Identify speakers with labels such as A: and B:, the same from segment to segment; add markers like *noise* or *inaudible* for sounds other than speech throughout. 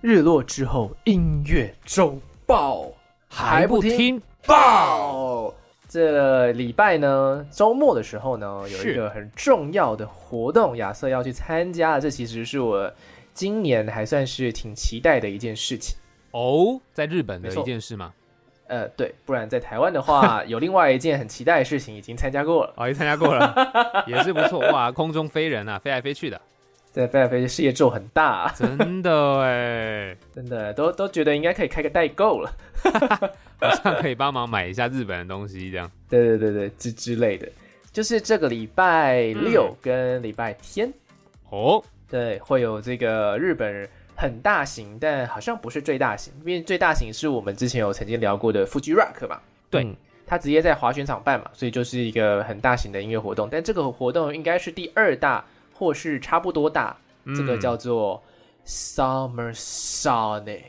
A: 日落之后，音乐周报
B: 还不听
A: 报？这礼拜呢，周末的时候呢，有
B: 是
A: 一个很重要的活动，亚瑟要去参加。这其实是我今年还算是挺期待的一件事 *laughs* 情。
B: 哦，在日本的
A: 没错
B: 一件事吗？
A: 呃，对，不然在台湾的话，有另外一件很期待的事情已经参加过了，
B: 哦，也参加过了， *laughs* 也是不错哇！空中飞人啊，飞来飞 *laughs* 去的，
A: 在飞来飞去，事业做很大、
B: 真的哎，
A: 真的都都觉得应该可以开个代购了，
B: 好像可以帮忙买一下日本的东西这样。
A: *laughs* 对对对对之之类的，嗯就是这个礼拜六跟礼拜天，
B: 哦，
A: 对，会有这个日本很大型，但好像不是最大型，因为最大型是我们之前有曾经聊过的 Fuji Rock 嘛。
B: 对
A: 嗯它直接在滑雪场办嘛，所以就是一个很大型的音乐活动。但这个活动应该是第二大，或是差不多大。
B: 嗯
A: 这个叫做 Summer Sonic。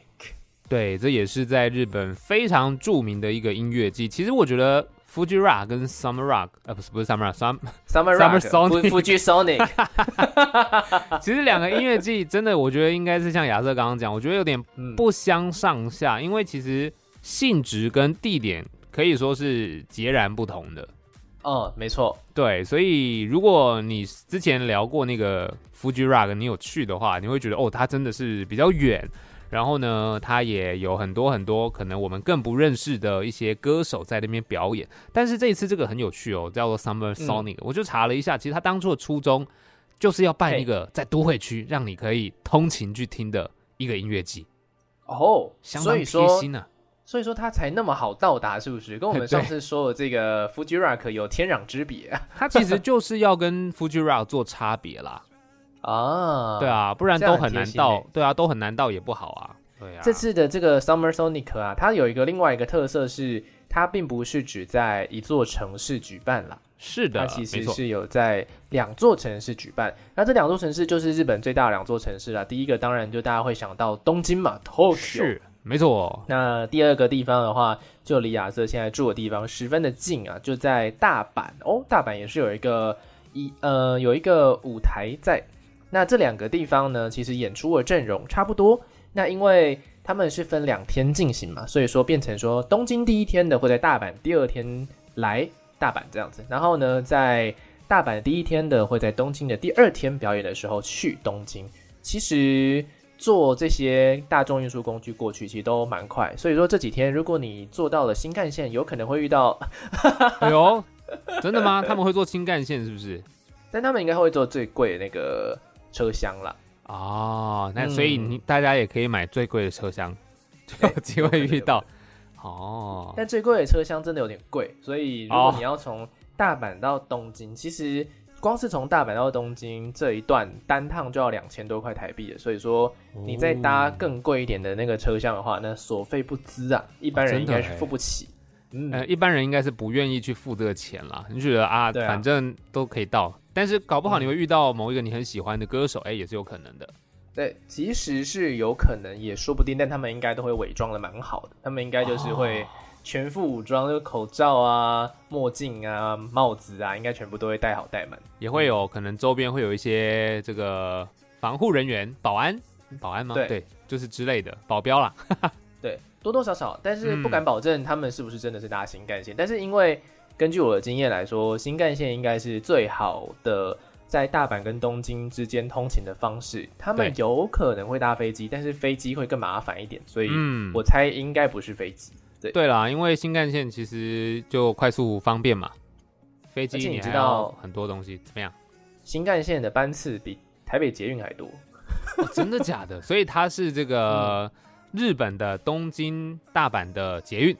B: 对，这也是在日本非常著名的一个音乐季。其实我觉得 Fuji Rock 跟 Summer Rock，呃，不是不是 Summer Rock，Sum
A: Summer
B: Summer
A: Rock,
B: Sonic
A: Fuji *laughs* Sonic，
B: *laughs* 其实两个音乐季真的，我觉得应该是像亚瑟刚刚讲，我觉得有点
A: 嗯，
B: 不相上下，因为其实性质跟地点可以说是截然不同的。
A: 嗯，没错，
B: 对，所以如果你之前聊过那个 Fuji Rock，你有去的话，你会觉得哦，它真的是比较远。然后呢，它也有很多很多可能我们更不认识的一些歌手在那边表演。但是这一次这个很有趣哦，叫做 Summer
A: 嗯
B: Sonic、我就查了一下，其实他当初的初衷就是要办一个在都会区让你可以通勤去听的一个音乐季，
A: 哦，
B: 相当
A: 所以
B: 贴
A: 说，
B: 心啊。
A: 所以说它才那么好到达，是不是？跟我们
B: *laughs* 对
A: 上次说的这个 Fuji Rock 有天壤之别啊
B: 它其实就是要跟 Fuji Rock 做差别啦。
A: 啊！
B: *laughs* 对，啊，不然
A: 这样
B: 都
A: 很
B: 很
A: 贴
B: 难
A: 心
B: 到，
A: 欸
B: 对啊，都很难到也不好啊。对啊，
A: 这次的这个 Summer Sonic 啊，它有一个另外一个特色是，它并不是只在一座城市举办啦，
B: 是的，
A: 它其
B: 没
A: 实
B: 错，
A: 是有在两座城市举办。那这两座城市就是日本最大的两座城市啦。第一个当然就大家会想到东京嘛，Tokyo。
B: 是没错，
A: 那第二个地方的话，就离亚瑟现在住的地方十分的近啊，就在大阪哦。大阪也是有一个一呃有一个舞台在。那这两个地方呢，其实演出的阵容差不多。那因为他们是分两天进行嘛，所以说变成说东京第一天的会在大阪，第二天来大阪这样子。然后呢，在大阪第一天的会在东京的第二天表演的时候去东京。其实坐这些大众运输工具过去，其实都蛮快。所以说这几天，如果你坐到了新干线，有可能会遇到， *laughs*
B: 哎呦，真的吗？他们会做新干线是不是？
A: 但他们应该会坐最贵的那个车厢啦。
B: 哦，那所以
A: 嗯
B: 你大家也可以买最贵的车厢，就有 *laughs* 机会遇到。哦，
A: 但最贵的车厢真的有点贵，所以如果你要从大阪到东京，其实光是从大阪到东京这一段单趟就要两千多块台币了。所以说你再搭
B: 哦
A: 更贵一点的那个车厢的话，那所费不赀啊，一般
B: 哦
A: 人应
B: 真的
A: 该是
B: 欸
A: 付不起。嗯，
B: 呃，一般人应该是不愿意去付这个钱啦。你就觉得啊，
A: 对啊嗯
B: 反正都可以到，但是搞不好你会遇到某一个你很喜欢的歌手，哎、也是有可能的。
A: 对，其实是有可能，也说不定，但他们应该都会伪装的蛮好的，他们应该就是会
B: 哦
A: 全副武装，就口罩啊、墨镜啊、帽子啊，应该全部都会戴好戴满。
B: 也会有可能周边会有一些这个防护人员、保安、保安吗？
A: 对
B: 就是之类的保镖啦。
A: 对，多多少少，但是
B: 嗯
A: 不敢保证他们是不是真的是搭新干线。但是因为根据我的经验来说，新干线应该是最好的在大阪跟东京之间通勤的方式。他们
B: 对
A: 有可能会搭飞机，但是飞机会更麻烦一点，所以
B: 嗯，
A: 我猜应该不是飞机。
B: 对啦，因为新干线其实就快速方便嘛，飞
A: 而
B: 机
A: 且你
B: 还
A: 知道
B: 要很多东西，怎么样？
A: 新干线的班次比台北捷运还
B: *laughs*
A: 多。
B: 哦真的假的？ *laughs*
A: 嗯
B: 所以它是这个日本的东京、大阪的捷运，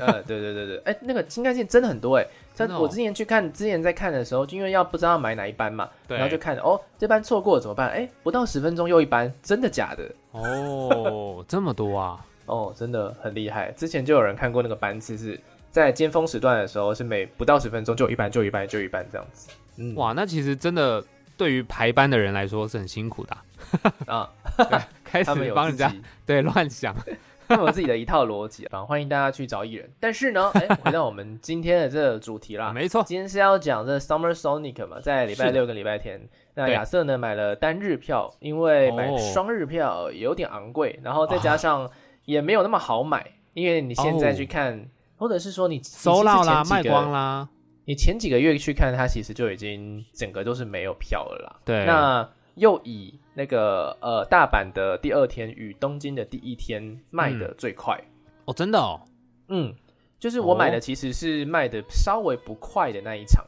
A: 呃，对对对对，哎、那个新干线真的很多哎、
B: 真
A: 像
B: 的哦
A: 我之前去看，之前在看的时候，就因为要不知道要买哪一班嘛，
B: 对
A: 然后就看哦，这班错过了怎么办？哎，不到十分钟又一班，真的假的？ *laughs*
B: 哦，这么多啊！
A: 哦，真的很厉害。之前就有人看过那个班次是在尖峰时段的时候，是每不到十分钟就有一班，就有一班，就有一班这样子。嗯，
B: 哇，那其实真的对于排班的人来说是很辛苦的啊、
A: 啊，
B: 开
A: 他们
B: 始
A: 有
B: 帮
A: 自
B: 人家
A: 己，
B: 对乱想。
A: 他们有自己的一套逻辑啊，欢迎大家去找艺人。但是呢，哎，回到我们今天的这个主题啦，
B: 没错，
A: *laughs* 今天是要讲这 Summer Sonic 嘛，在礼拜
B: 是的
A: 六跟礼拜天。那
B: 对
A: 亚瑟呢买了单日票，因为买
B: 哦
A: 双日票有点昂贵，然后再加上也没有那么好买，因为你现在去看，或者是说你
B: 哦收到啦，卖光
A: 了，
B: 啦。
A: 你前几个月去看它，其实就已经整个都是没有票了啦。
B: 对，
A: 那又以那个呃大阪的第二天与东京的第一天卖
B: 嗯
A: 的最快，
B: 哦，真的哦，
A: 嗯就是我买的
B: 哦
A: 其实是卖的稍微不快的那一场。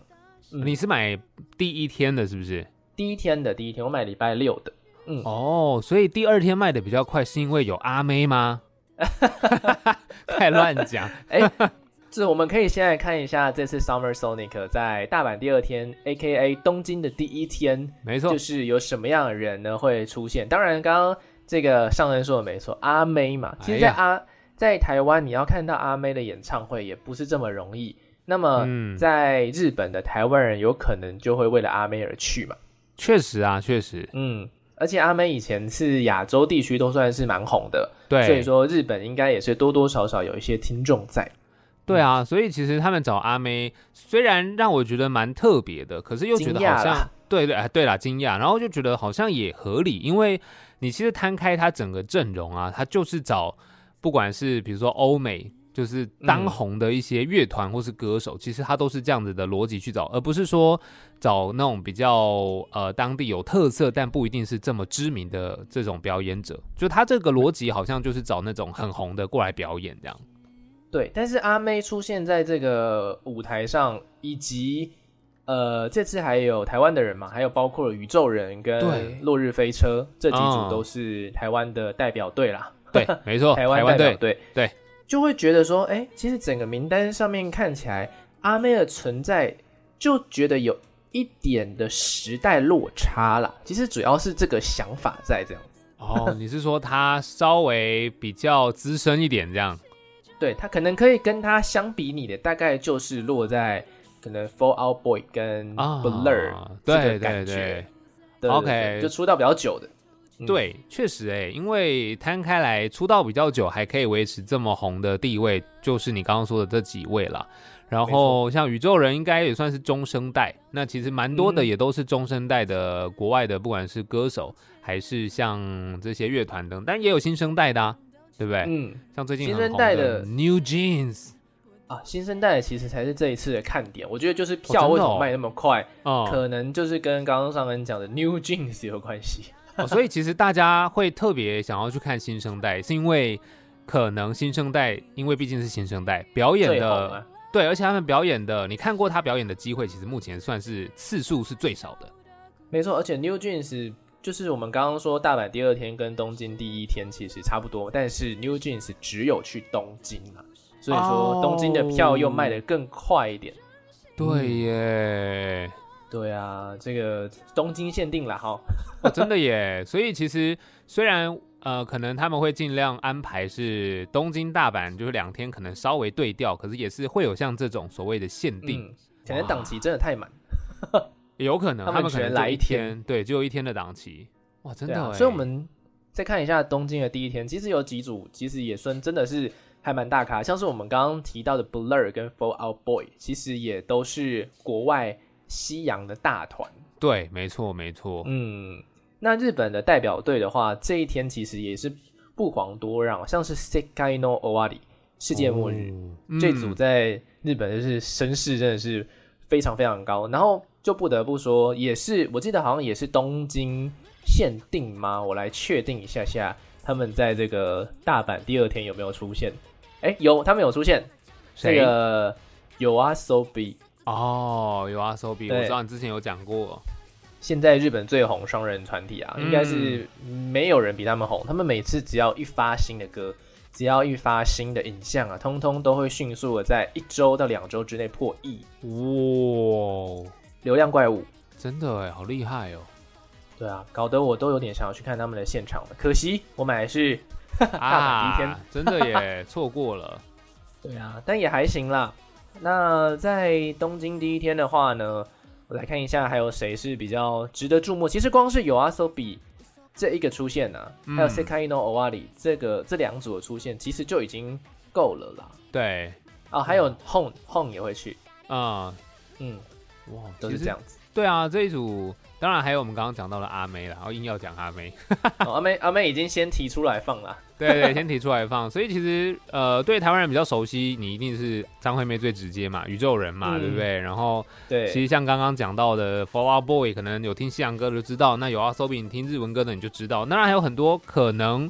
A: 嗯
B: 你是买第一天的，是不是？
A: 第一天的第一天，我买礼拜六的。嗯
B: 哦，所以第二天卖的比较快，是因为有阿妹 *laughs* 吗？太乱讲，
A: 这我们可以先来看一下这次 Summer Sonic 在大阪第二天，A.K.A 东京的第一天，
B: 没错
A: 就，是有什么样的人呢会出现？当然，刚刚这个上恩说的没错，阿妹嘛，其实，在
B: 哎呀
A: 阿、在台湾你要看到阿妹的演唱会也不是这么容易。那么，
B: 嗯，
A: 在日本的台湾人有可能就会为了阿妹而去嘛？
B: 确实啊，确实，
A: 嗯，而且阿妹以前是亚洲地区都算是蛮红的，
B: 对，
A: 所以说日本应该也是多多少少有一些听众在。
B: 对
A: 嗯
B: 啊，所以其实他们找阿妹，虽然让我觉得蛮特别的，可是又觉得
A: 惊讶
B: 好像
A: 啦
B: 对对哎对啦，惊讶，然后就觉得好像也合理，因为你其实摊开他整个阵容啊，他就是找不管是比如说欧美。就是当
A: 嗯
B: 红的一些乐团或是歌手，其实他都是这样子的逻辑去找，而不是说找那种比较呃当地有特色但不一定是这么知名的这种表演者。就他这个逻辑好像就是找那种很红的过来表演这样。
A: 对，但是阿妹出现在这个舞台上，以及呃，这次还有台湾的人嘛，还有包括了宇宙人
B: 对
A: 跟落日飞车这几
B: 哦
A: 组都是台湾的代表队啦， *laughs*
B: 对，没错，哦台
A: 湾
B: 湾
A: 代表
B: 队
A: 队，
B: 对，
A: 就会觉得说，哎，其实整个名单上面看起来，阿妹的存在就觉得有一点的时代落差啦。其实主要是这个想法在这样。
B: 哦，你是说他稍微比较资深一点这样？
A: 对他可能可以跟他相比拟的，大概就是落在可能 Fall Out Boy 跟
B: 啊
A: 嗯 Blur、这
B: 对
A: 个
B: 对
A: 感觉嗯
B: 对
A: 对对
B: OK
A: 对就出道比较久的。嗯
B: 对，确实哎、因为摊开来出道比较久，还可以维持这么红的地位，就是你刚刚说的这几位啦。然
A: 没
B: 后像宇宙人应该也算是中生代，那其实蛮多的
A: 嗯
B: 也都是中生代的、国外的，不管是歌手还是像这些乐团等，但也有新生代的、啊，对不对？
A: 嗯
B: 像最近
A: 新
B: 很
A: 生
B: 红
A: 代
B: 的
A: 的
B: New Jeans
A: 啊，新生代其实才是这一次的看点。我觉得就是
B: 哦
A: 票
B: 真的
A: 为什
B: 哦
A: 么卖那么快，
B: 哦，
A: 可能就是跟刚刚上恩讲的 New Jeans 有关系。
B: 哦，所以其实大家会特别想要去看新生代，是因为可能新生代，因为毕竟是新生代表演
A: 最红
B: 的，
A: 啊，
B: 对，而且他们表演的，你看过他表演的机会，其实目前算是次数是最少的。
A: 没错，而且 New Jeans。就是我们刚刚说大阪第二天跟东京第一天其实差不多，但是 New Jeans 只有去东京啊，所以
B: 哦
A: 说东京的票又卖得更快一点。
B: 对耶，
A: 对啊，这个东京限定了哈。
B: 哦、真的耶。所以其实虽然呃，可能他们会尽量安排是东京、大阪，就是两天可能稍微对调，可是也是会有像这种所谓的限定。
A: 嗯，可能档期真的太满，
B: 有可能
A: 他
B: 他
A: 们
B: 们可
A: 只
B: 能
A: 能
B: 就
A: 来
B: 一
A: 一天
B: 天，对，只有一天的档期，哇，真
A: 对
B: 的哦欸耶、
A: 啊。所以我们再看一下东京的第一天，其实有几组其实也算真的是还蛮大咖，像是我们刚刚提到的 Blur 跟 Fall Out Boy，其实也都是国外西洋的大团。
B: 对，没错，没错。
A: 嗯，那日本的代表队的话，这一天其实也是不遑多让，像是 Sekai no Owari 世界末日。
B: 嗯
A: 这组在日本就是声势真的是非常非常高，然后就不得不说，也是我记得好像也是东京限定吗？我来确定一下下，他们在这个大阪第二天有没有出现？哎，有，他们有出现，这
B: 谁、
A: 个有啊，Sobi，
B: 哦，有阿 s 比，我
A: 对
B: 知道你之前有讲过，
A: 现在日本最红
B: 嗯
A: 双人团体啊，应该是没有人比他们红，他们每次只要一发新的歌。只要一发新的影像啊，通通都会迅速的在一周到两周之内破亿。
B: 哇，
A: 流量怪物，
B: 真的哎，好厉害哦！
A: 对啊，搞得我都有点想要去看他们的现场了。可惜我买的是 *laughs* 大阪
B: 啊，
A: 第一天
B: 真的耶，错
A: *laughs*
B: 过了。
A: 对啊，但也还行啦。那在东京第一天的话呢，我来看一下还有谁是比较值得注目。其实光是有阿 s o b 这一个出现啊，
B: 嗯
A: 还有 Sekai no Owari 这个这两组的出现，其实就已经够了啦。
B: 对，
A: 啊，还有 Home Home 也会去，
B: 嗯，
A: 嗯，
B: 哇，
A: 都
B: 其
A: 是
B: 实
A: 这样子。
B: 对啊，这一组当然还有我们刚刚讲到的阿妹啦，然后硬要讲阿妹， *laughs*
A: 哦、阿妹阿妹已经先提出来放了，
B: 对对，先提出来放。所以其实呃，对台湾人比较熟悉，你一定是张惠妹最直接嘛，宇宙人嘛，
A: 嗯
B: 对不对？然后其
A: 对，
B: 实像刚刚讲到的 f o u r Boy，可能有听西洋歌的就知道，那有 a s o b i 你听日文歌的你就知道，当然还有很多可能。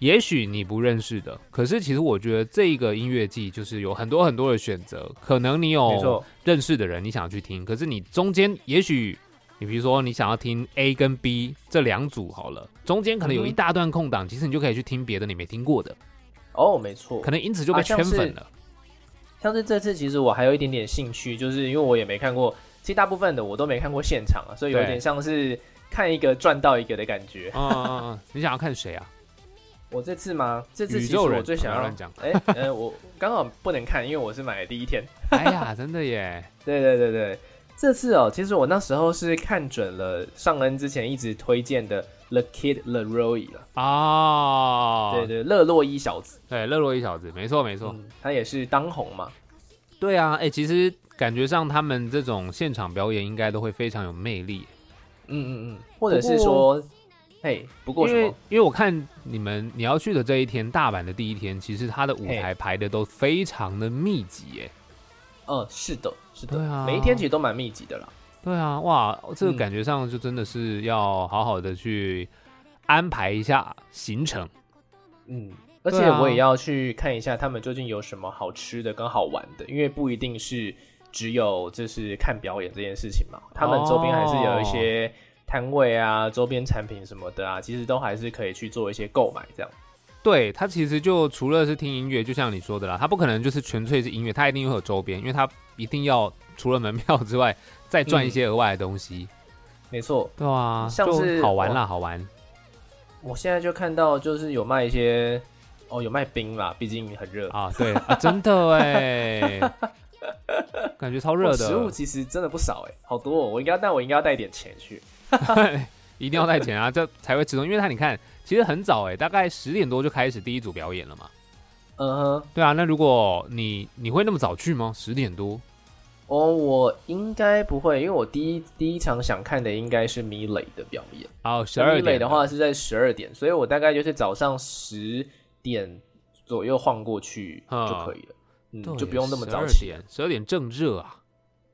B: 也许你不认识的，可是其实我觉得这个音乐季就是有很多很多的选择，可能你有
A: 没错，
B: 认识的人，你想去听，可是你中间也许你比如说你想要听 A 跟 B 这两组好了，中间可能有
A: 嗯哼
B: 一大段空档，其实你就可以去听别的你没听过的，
A: 哦，没错，
B: 可能因此就被
A: 啊像
B: 圈
A: 是
B: 粉了。
A: 像是这次，其实我还有一点点兴趣，就是因为我也没看过，其实大部分的我都没看过现场啊，所以有
B: 对
A: 一点像是看一个赚到一个的感觉。
B: 嗯嗯嗯嗯，你想要看谁啊？
A: 我这次吗？这次
B: 宇
A: 其实
B: 宙人
A: 我最想
B: 不要
A: 要
B: 乱讲，
A: 哎、呃，我刚好不能看，因为我是买的第一天。
B: 哎呀，真的耶，
A: 对对对对，这次哦，其实我那时候是看准了上恩之前一直推荐的 The Kid Leroy 了，
B: 哦，
A: 对对，乐洛伊小子，
B: 对，乐洛伊小子，没错没错，
A: 嗯，他也是当红嘛，
B: 对啊，哎、其实感觉上他们这种现场表演应该都会非常有魅力，
A: 嗯嗯嗯，或者是
B: 不过
A: 说，嘿，不过什
B: 因为
A: 么？
B: 因为我看你们你要去的这一天，大阪的第一天，其实它的舞台排的都非常的密集耶。
A: 嗯，是的，是的，
B: 对啊
A: 每一天其实都蛮密集的啦。
B: 对啊，哇，这个
A: 嗯
B: 感觉上就真的是要好好的去安排一下行程。
A: 嗯，而
B: 对
A: 且
B: 啊
A: 我也要去看一下他们究竟有什么好吃的跟好玩的，因为不一定是只有就是看表演这件事情嘛，他们周边还是
B: 哦
A: 有一些摊位啊、周边产品什么的啊，其实都还是可以去做一些购买这样。
B: 对他其实就除了是听音乐，就像你说的啦，他不可能就是纯粹是音乐，他一定会有周边，因为他一定要除了门票之外，再赚一些额外的东西。
A: 没错，
B: 嗯对啊，
A: 像是
B: 就好玩啦，好玩。
A: 我现在就看到就是有卖一些哦，有卖冰啦，毕竟很热。
B: 啊，对啊，真的哎，感觉超热
A: 哦食物
B: 的，
A: 其实真的不少哎，好多、哦，我应该但我应该要带点钱去。
B: 一定要带钱啊，这才会吃东西。因为他你看，其实很早哎，大概十点多就开始第一组表演了嘛。
A: 嗯哼，
B: 对啊，那如果你你会那么早去吗？十点多
A: 哦，我应该不会，因为我第一第一场想看的应该是米蕾的表演。
B: 哦，十二
A: 米
B: 点
A: 磊的话是在十二点，所以我大概就是早上十点左右晃过去
B: 嗯
A: 就可以了，嗯，
B: 对
A: 就不用那么早
B: 12
A: 起
B: 点，十二点正热啊，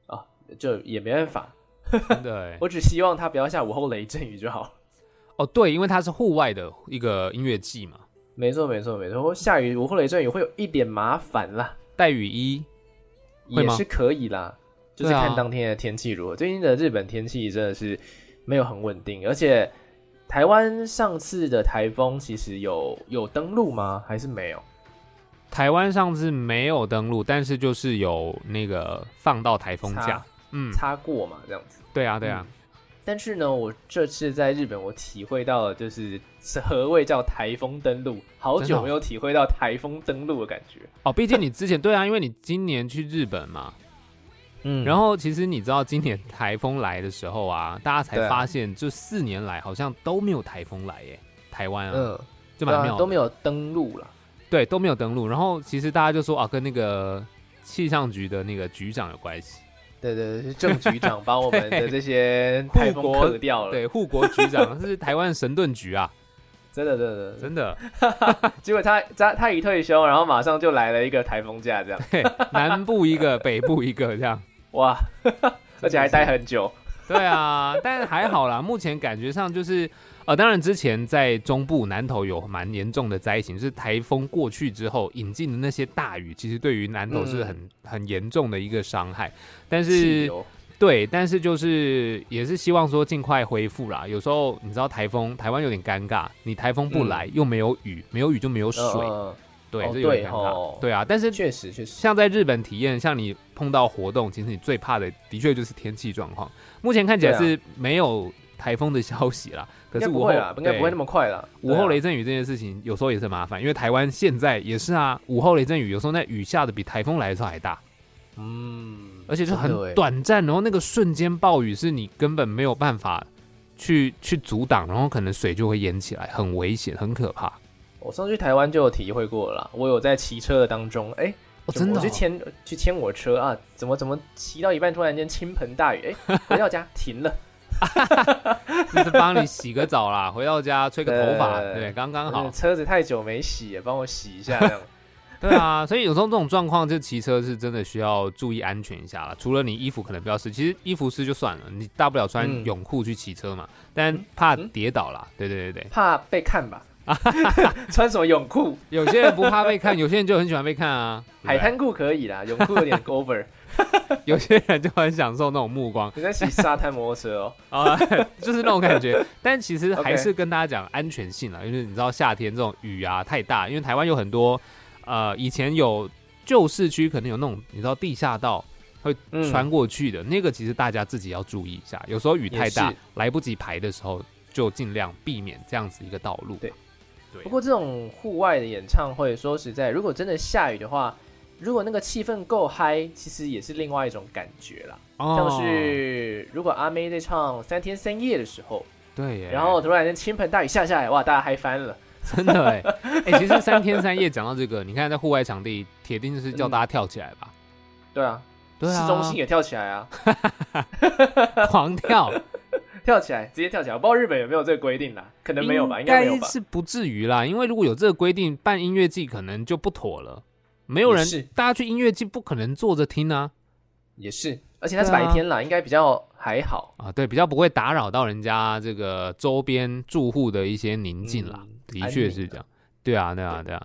A: 啊，就也没办法。
B: 真的
A: *laughs*
B: 哎。
A: 我只希望他不要下午后雷阵雨就
B: *laughs*
A: 好。
B: 哦，对，因为它是户外的一个音乐季嘛，
A: 没错，没错，没错。下雨午后雷阵雨会有一点麻烦啦，
B: 带雨衣
A: 也
B: 会吗
A: 是可以啦，就是
B: 对啊
A: 看当天的天气如何。最近的日本天气真的是没有很稳定，而且台湾上次的台风其实有有登陆吗？还是没有？
B: 台湾上次没有登陆，但是就是有那个放到台风假
A: 擦，
B: 嗯，
A: 擦过嘛，这样子。
B: 对啊，对啊，
A: 嗯但是呢，我这次在日本，我体会到了就是呃何谓叫台风登陆，好
B: 真的
A: 久
B: 哦
A: 没有体会到台风登陆的感觉。
B: 哦，毕竟你之前对啊，因为你今年去日本嘛，
A: 嗯
B: 然
A: 后
B: 后其实你知道今年台风来的时候啊，大家
A: 对
B: 才
A: 啊
B: 发现，就四年来好像都没有台风来耶，台湾啊，
A: 嗯，
B: 就蛮
A: 对啊
B: 妙的，
A: 都没有登陆了。
B: 对都没有登陆。然后其实大家就说啊，跟那个气象局的那个局长有关
A: 呃
B: 系，
A: 对对对，郑局长把我
B: *laughs*
A: 们的这些台风
B: 护国
A: 克掉了。
B: 对，护国局长是台湾神盾局啊，
A: 真的真的真的。
B: 真的，
A: 结果他他他一退休，然后马上就来了一个台风假，这样
B: 嘿，南部一个，北部一个这样。
A: 哇， *laughs* 而且还
B: 真的是
A: 待很久。
B: 对啊，但还好啦，目前感觉上就是，呃，当然之前在中部南投有蛮严重的灾情，就是台风过去之后引进的那些大雨，其实对于南投是
A: 嗯
B: 很、很严重的一个伤害。但
A: 汽
B: 是
A: 油
B: 对，但是就是也是希望说尽快恢复啦。有时候你知道台风，台湾有点尴尬，你台风不来、又没有雨，没有雨就没有水，
A: 嗯嗯嗯嗯
B: 对，
A: 哦
B: 这有点
A: 对
B: 尴尬。
A: 吼
B: 对啊，但是
A: 确实确实，
B: 像在日本体验，像你碰到活动，其实你最怕的的确就是天气状况。目前看起来
A: 对啊
B: 是没有台风的消息啦，可
A: 应
B: 是
A: 该
B: 午
A: 不
B: 后
A: 会啦，应该不会那
B: 么。
A: 么快啦。
B: 午后
A: 对
B: 雷
A: 啊
B: 阵雨这件事情有时候也是麻烦，因为台湾现在也是啊，午后雷阵雨有时候那雨下的比台风来的时候还大，
A: 嗯，
B: 而且就
A: 真的欸
B: 很短暂，然后那个瞬间暴雨是你根本没有办法去去阻挡，然后可能水就会淹起来，很危险，很可怕。
A: 我上次去台湾就有体会过了啦，我有在骑车的当中，哎、
B: 哦，
A: 怎么
B: 真的、
A: 我去牵去牵我车啊，怎么怎么骑到一半突然间倾盆大雨，哎、
B: *laughs*
A: 回到家停了，
B: 就是帮你洗个澡啦，回到家吹个头
A: *laughs*
B: 发，
A: 对
B: 对，刚刚
A: 我
B: 好
A: 的。嗯车子太久没洗了，帮我洗一下这
B: *laughs*
A: 样。
B: 对啊，所以有时候这种状况，就骑车是真的需要注意安全一下啦。除了你衣服可能不要湿，其实衣服湿就算了，你大不了穿
A: 嗯
B: 泳裤去骑车嘛，但怕
A: 嗯
B: 跌倒啦。对
A: *laughs*
B: 对对对，
A: 怕被看
B: *laughs*
A: 吧？穿什么泳裤？
B: 有些人不怕被看，有些人就很喜欢被看啊。对不对
A: *laughs* 海滩裤可以啦，泳裤有
B: *laughs*
A: 点 over。
B: 有些人就很享受那种目光
A: 你在骑沙滩摩托车
B: *laughs*
A: 哦？
B: 啊，就是那种
A: *laughs*
B: 感觉。但其实还
A: OK
B: 是跟大家讲安全性啦，因为你知道夏天这种雨啊太大，因为台湾有很多呃以前有旧市区可能有那种你知道地下道。
A: 嗯，
B: 穿过去的、那个，其实大家自己要注意一下。有时候雨太
A: 也
B: 大
A: 是，
B: 来不及排的时候，就尽量避免这样子一个道路。
A: 对
B: 对
A: 不过这种户外的演唱会，说实在，如果真的下雨的话，如果那个气氛够嗨，其实也是另外一种感觉啦。
B: 哦
A: 像是如果阿妹在唱《三天三夜》的时候，
B: 对耶，
A: 然
B: *laughs*
A: 后突然间倾盆大雨下下来，哇，大家嗨翻了。
B: 真的哎哎、其实三天三夜讲到这个，你看在户外场地，铁定就是叫大家跳起来吧。
A: 对啊，
B: 对啊，
A: 市中心啊也跳起来啊， *laughs*
B: *laughs* 狂跳，
A: 跳起来，直接跳起来。我不知道日本有没有这个规定啦，可能没有吧，应该没有
B: 该
A: 吧。
B: 是不至于啦。因为如果有这个规定，办音乐季可能就不妥了。没有
A: 也
B: 人
A: 是，
B: 大家去音乐季不可能坐着听啊
A: 也是，而且它是
B: 对啊
A: 白天啦，应该比较还好。
B: 啊，对，比较不会打扰到人家这个周边住户的一些宁静啦。
A: 嗯
B: 的确是这样。对啊，对啊，对啊。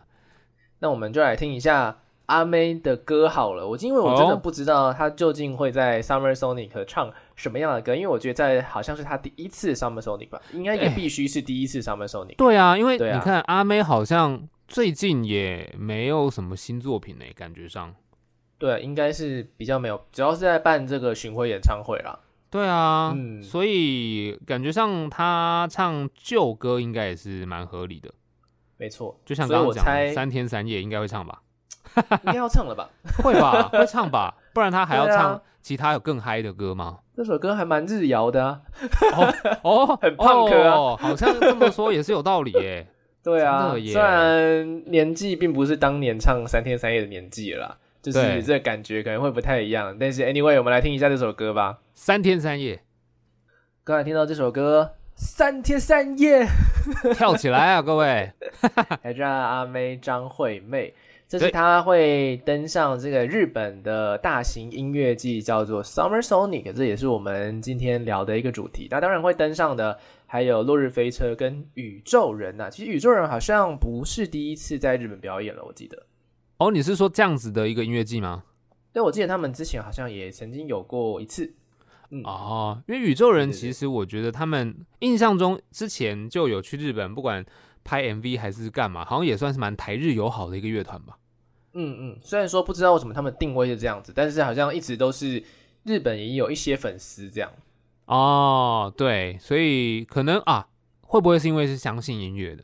A: 那我们就来听一下阿妹的歌好了。我因为我真的
B: 哦
A: 不知道她究竟会在 Summer Sonic 唱什么样的歌，因为我觉得在好像是她第一次 Summer Sonic 吧，应该也
B: 哎
A: 必须是第一次 Summer Sonic。
B: 对啊，因为
A: 对啊
B: 你看阿妹好像最近也没有什么新作品呢、感觉上。
A: 对，应该是比较没有，主要是在办这个巡回演唱会啦。
B: 对啊，
A: 嗯
B: 所以感觉上她唱旧歌应该也是蛮合理的，
A: 没
B: *laughs*
A: 错，
B: 就像
A: 所以
B: 刚
A: 我
B: 刚讲的，
A: 猜
B: 三天三夜应该会唱吧，
A: 应该要唱了吧？
B: 会吧，会唱吧，不然她还要
A: 对啊
B: 唱其他有更嗨的歌吗？
A: 这首歌还蛮日摇的啊。*laughs*
B: 哦，
A: 很 punk 啊
B: 哦，好像这么说也是有道理耶。
A: 对啊
B: 真的，耶
A: 虽然年纪并不是当年唱三天三夜的年纪了啦，就是
B: 对
A: 这感觉可能会不太一样。但是 anyway，我们来听一下这首歌吧。
B: 三天三夜，
A: *laughs* 刚才听到这首歌《三天三夜》， *laughs*
B: 跳起来啊，各位！
A: 来自阿妹张惠妹，这
B: 对
A: 是她会登上这个日本的大型音乐季，叫做 Summer Sonic，这也是我们今天聊的一个主题。那当然会登上的还有《落日飞车》跟《宇宙人》呐、其实《宇宙人》好像不是第一次在日本表演了，我记得。
B: 哦，你是说这样子的一个音乐季吗？
A: 对，我记得他们之前好像也曾经有过一次，嗯
B: 哦，因为宇宙人
A: 对对
B: 其实我觉得他们印象中之前就有去日本，不管拍 MV 还是干嘛，好像也算是蛮台日友好的一个乐团吧。
A: 嗯嗯，虽然说不知道为什么他们定位是这样子，但是好像一直都是日本也有一些粉丝这样。
B: 哦，对，所以可能啊，会不会是因为是相信音乐的，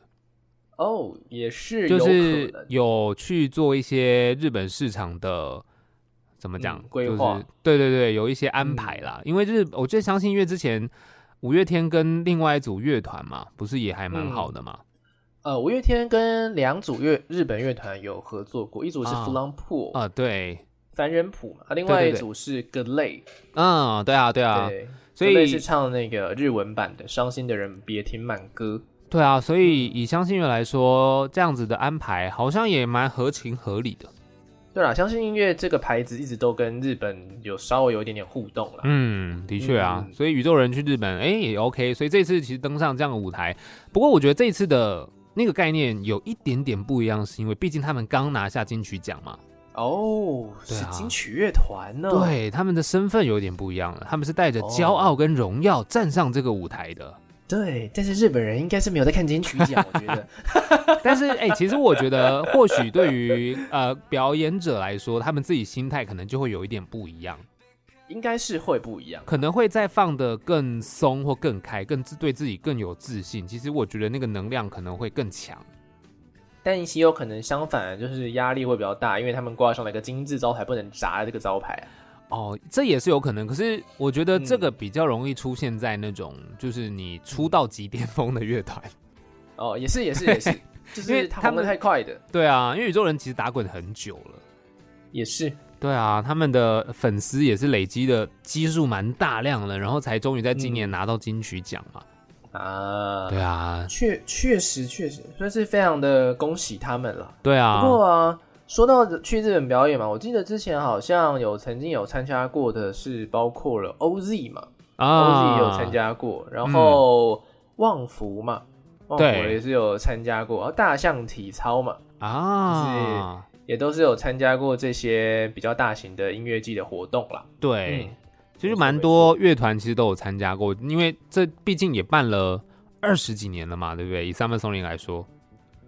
A: 哦，也是有
B: 就
A: 可
B: 是
A: 能，
B: 有去做一些日本市场的怎么讲
A: 嗯规
B: 就是
A: 划嗯
B: 对对对，有一些安排啦。因为日，我记得相信音乐之前，五月天跟另外一组乐团嘛，不是也还蛮
A: 嗯
B: 好的嘛？
A: 呃，五月天跟两组乐日本乐团有合作过，一组是
B: 啊
A: f l a n p o
B: 啊、对，
A: 凡人谱嘛，啊另
B: 对对
A: 外一
B: 对
A: 组是 g l a y
B: 嗯，对啊，对啊，
A: 对，
B: 所
A: Glade
B: 以
A: 是唱那个日文版的《伤心的人别听慢歌》。
B: 对啊，所以
A: 嗯
B: 以相信乐来说，这样子的安排好像也蛮合情合理的。
A: 对啦，相信音乐这个牌子一直都跟日本有稍微有一点点互动啦。
B: 嗯，的确啊，
A: 嗯
B: 所以宇宙人去日本，哎、也 OK。所以这次其实登上这样的舞台，不过我觉得这一次的那个概念有一点点不一样，是因为毕竟他们刚拿下金曲奖嘛，
A: 哦，
B: 对
A: 是
B: 啊
A: 金曲乐团哦呢。
B: 对，他们的身份有一点不一样了，他们是带着骄傲跟荣耀站上这个舞台的。
A: 对，但是日本人应该是没有在看金曲奖，我觉
B: *laughs*
A: 得。
B: 但是，哎、其实我觉得，或许对于呃表演者来说，他们自己心态可能就会有一点不一样，
A: 应该是会不一样。
B: 可能会再放的更松或更开，更自对自己更有自信。其实我觉得那个能量可能会更强。
A: 但也有可能相反，就是压力会比较大，因为他们挂上了一个金字招牌，不能砸这个招牌啊、
B: 哦，这也是有可能。可是我觉得这
A: 嗯
B: 个比较容易出现在那种，就是你出到极巅峰的乐团。 *laughs*
A: 哦，也是，也是，也是，就
B: 因
A: 是
B: 为
A: 他
B: 他
A: 红的
B: 们
A: 太快的，
B: 对啊，因为宇宙人其实打滚很久了。
A: 也是。
B: 对啊，他们的粉丝也是累积的基数蛮大量的，然后才终于在今年拿到金曲奖嘛。
A: 啊，
B: 对啊，
A: 确确实确实，算是非常的恭喜他们了。
B: 对
A: 不
B: 啊，
A: 过啊，说到去日本表演嘛，我记得之前好像有曾经有参加过的是包括了 OZ 嘛、o
B: 啊嗯
A: z 有参，加过，然后旺福嘛，旺福
B: 对
A: 也是有参加过，然后大象体操嘛，
B: 啊，
A: 也都是有参加过这些比较大型的音乐季的活动啦。
B: 对，
A: 嗯
B: 其实蛮多乐团其实都有参加过，因为这毕竟也办了二十几年了嘛，对不对？以 Summer s o n g 来说，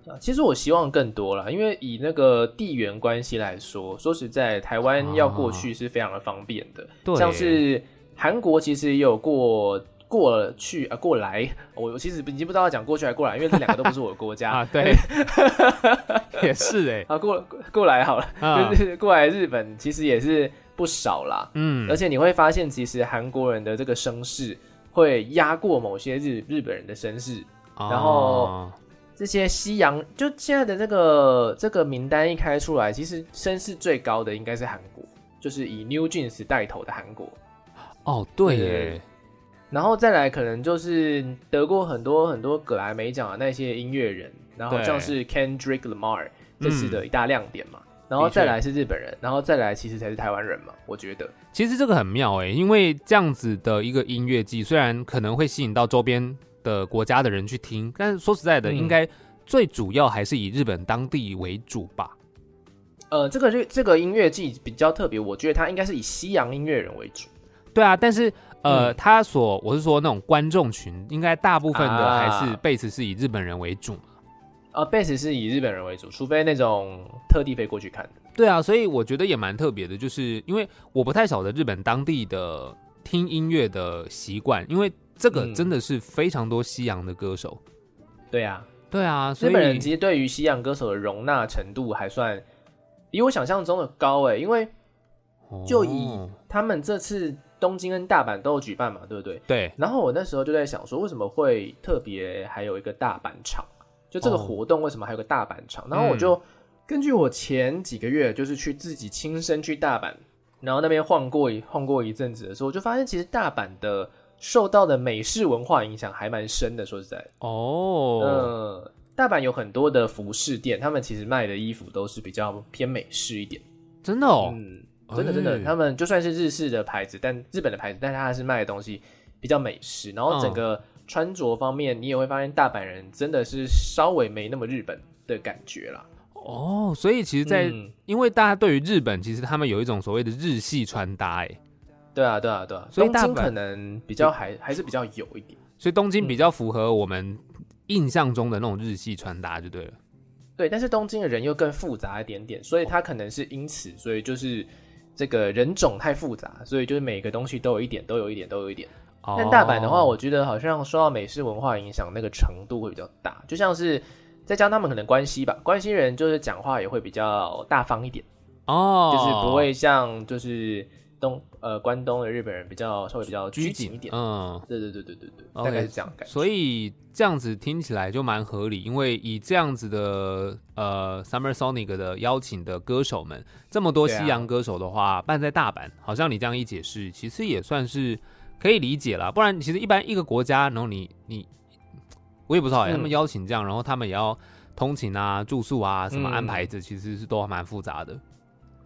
A: 啊其实我希望更多啦，因为以那个地缘关系来说，说实在，台湾要过去是非常的方便的。
B: 对，
A: 像是韩国其实也有过过去啊、呃过来，我我其实已经不知道要讲过去还过来，因为这两个都不是我的国家
B: *laughs* 啊，
A: 啊 *laughs*
B: 对，也是
A: 过
B: 哎、
A: 过过来好了，
B: 啊
A: 就是过来日本其实也是不少啦。
B: 嗯
A: 而，且你会发现，其实韩国人的这个声势会压过某些日日本人的声势。然后
B: 啊
A: 这些西洋就现在的这个这个名单一开出来，其实声势最高的应该是韩国，就是以 New Jeans 带头的韩国。
B: 哦，对
A: 对
B: 耶，
A: 然后再来，可能就是得过很多很多葛莱美奖的那些音乐人，然后
B: 对嗯
A: 像是 Kendrick Lamar 这次的一大亮点嘛。然后
B: 的确
A: 再来是日本人，然后再来其实才是台湾人嘛，我觉得。
B: 其实这个很妙哎、因为这样子的一个音乐季，虽然可能会吸引到周边的国家的人去听，但是说实在的，
A: 嗯
B: 应该最主要还是以日本当地为主吧。
A: 呃，这个这这个音乐季比较特别，我觉得它应该是以西洋音乐人为主。
B: 对啊，但是呃，
A: 嗯
B: 他所我是说那种观众群，应该大部分的
A: 啊
B: 还是贝斯是以日本人为主嘛。
A: 啊、贝斯是以日本人为主，除非那种特地飞过去看的。
B: 对啊，所以我觉得也蛮特别的，就是因为我不太晓得日本当地的听音乐的习惯，因为这个
A: 嗯
B: 真的是非常多西洋的歌手。
A: 对啊，
B: 对啊，所
A: 日
B: 以
A: 本人其实对于西洋歌手的容纳程度还算比我想象中的高欸诶，因为就以
B: 哦
A: 他们这次东京跟大阪都有举办嘛，对不对？
B: 对
A: 然后我那时候就在想说，为什么会特别还有一个大阪场？就这个
B: 哦嗯
A: 活动为什么还有个大阪场？然后我就根据我前几个月就是去自己亲身去大阪，然后那边晃过一晃过一阵子的时候，我就发现其实大阪的受到的美式文化影响还蛮深的。说实在，
B: 哦，
A: 呃，大阪有很多的服饰店，他们其实卖的衣服都是比较偏美式一点。
B: 真的哦，
A: 嗯，真的真的，
B: 哎
A: 他们就算是日式的牌子，但日本的牌子，但它还是卖的东西比较美式。然后
B: 嗯
A: 整个穿着方面，你也会发现大阪人真的是稍微没那么日本的感觉啦。
B: 哦，所以其实在，
A: 嗯
B: 因为大家对于日本，其实他们有一种所谓的日系穿搭，哎，
A: 对啊对啊对啊，
B: 所以
A: 东京
B: 大阪
A: 可能比较还还是比较有一点。
B: 所以东京
A: 嗯
B: 比较符合我们印象中的那种日系穿搭就对了。
A: 对，但是东京的人又更复杂一点点，所以它可能是因此，所以就是这个人种太复杂，所以就是每个东西都有一点，都有一点，都有一点。但大阪的话，
B: 哦
A: 我觉得好像受到美式文化影响，那个程度会比较大，就像是再加上他们可能关西吧，关西人就是讲话也会比较大方一点，
B: 哦，
A: 就是不会像就是东呃关东的日本人比较稍微比较拘谨一点。
B: 嗯。
A: 对对对对对对，大
B: OK，
A: 概是这样的感觉。
B: 所以这样子听起来就蛮合理，因为以这样子的呃 Summer Sonic 的邀请的歌手们，这么多
A: 对啊
B: 西洋歌手的话，办在大阪，好像你这样一解释，其实也算是可以理解啦。不然其实一般一个国家，然后你你我也不知道、
A: 嗯
B: 欸他们邀请这样，然后他们也要通勤啊、住宿啊什么
A: 嗯
B: 安排这，其实是都蛮复杂的。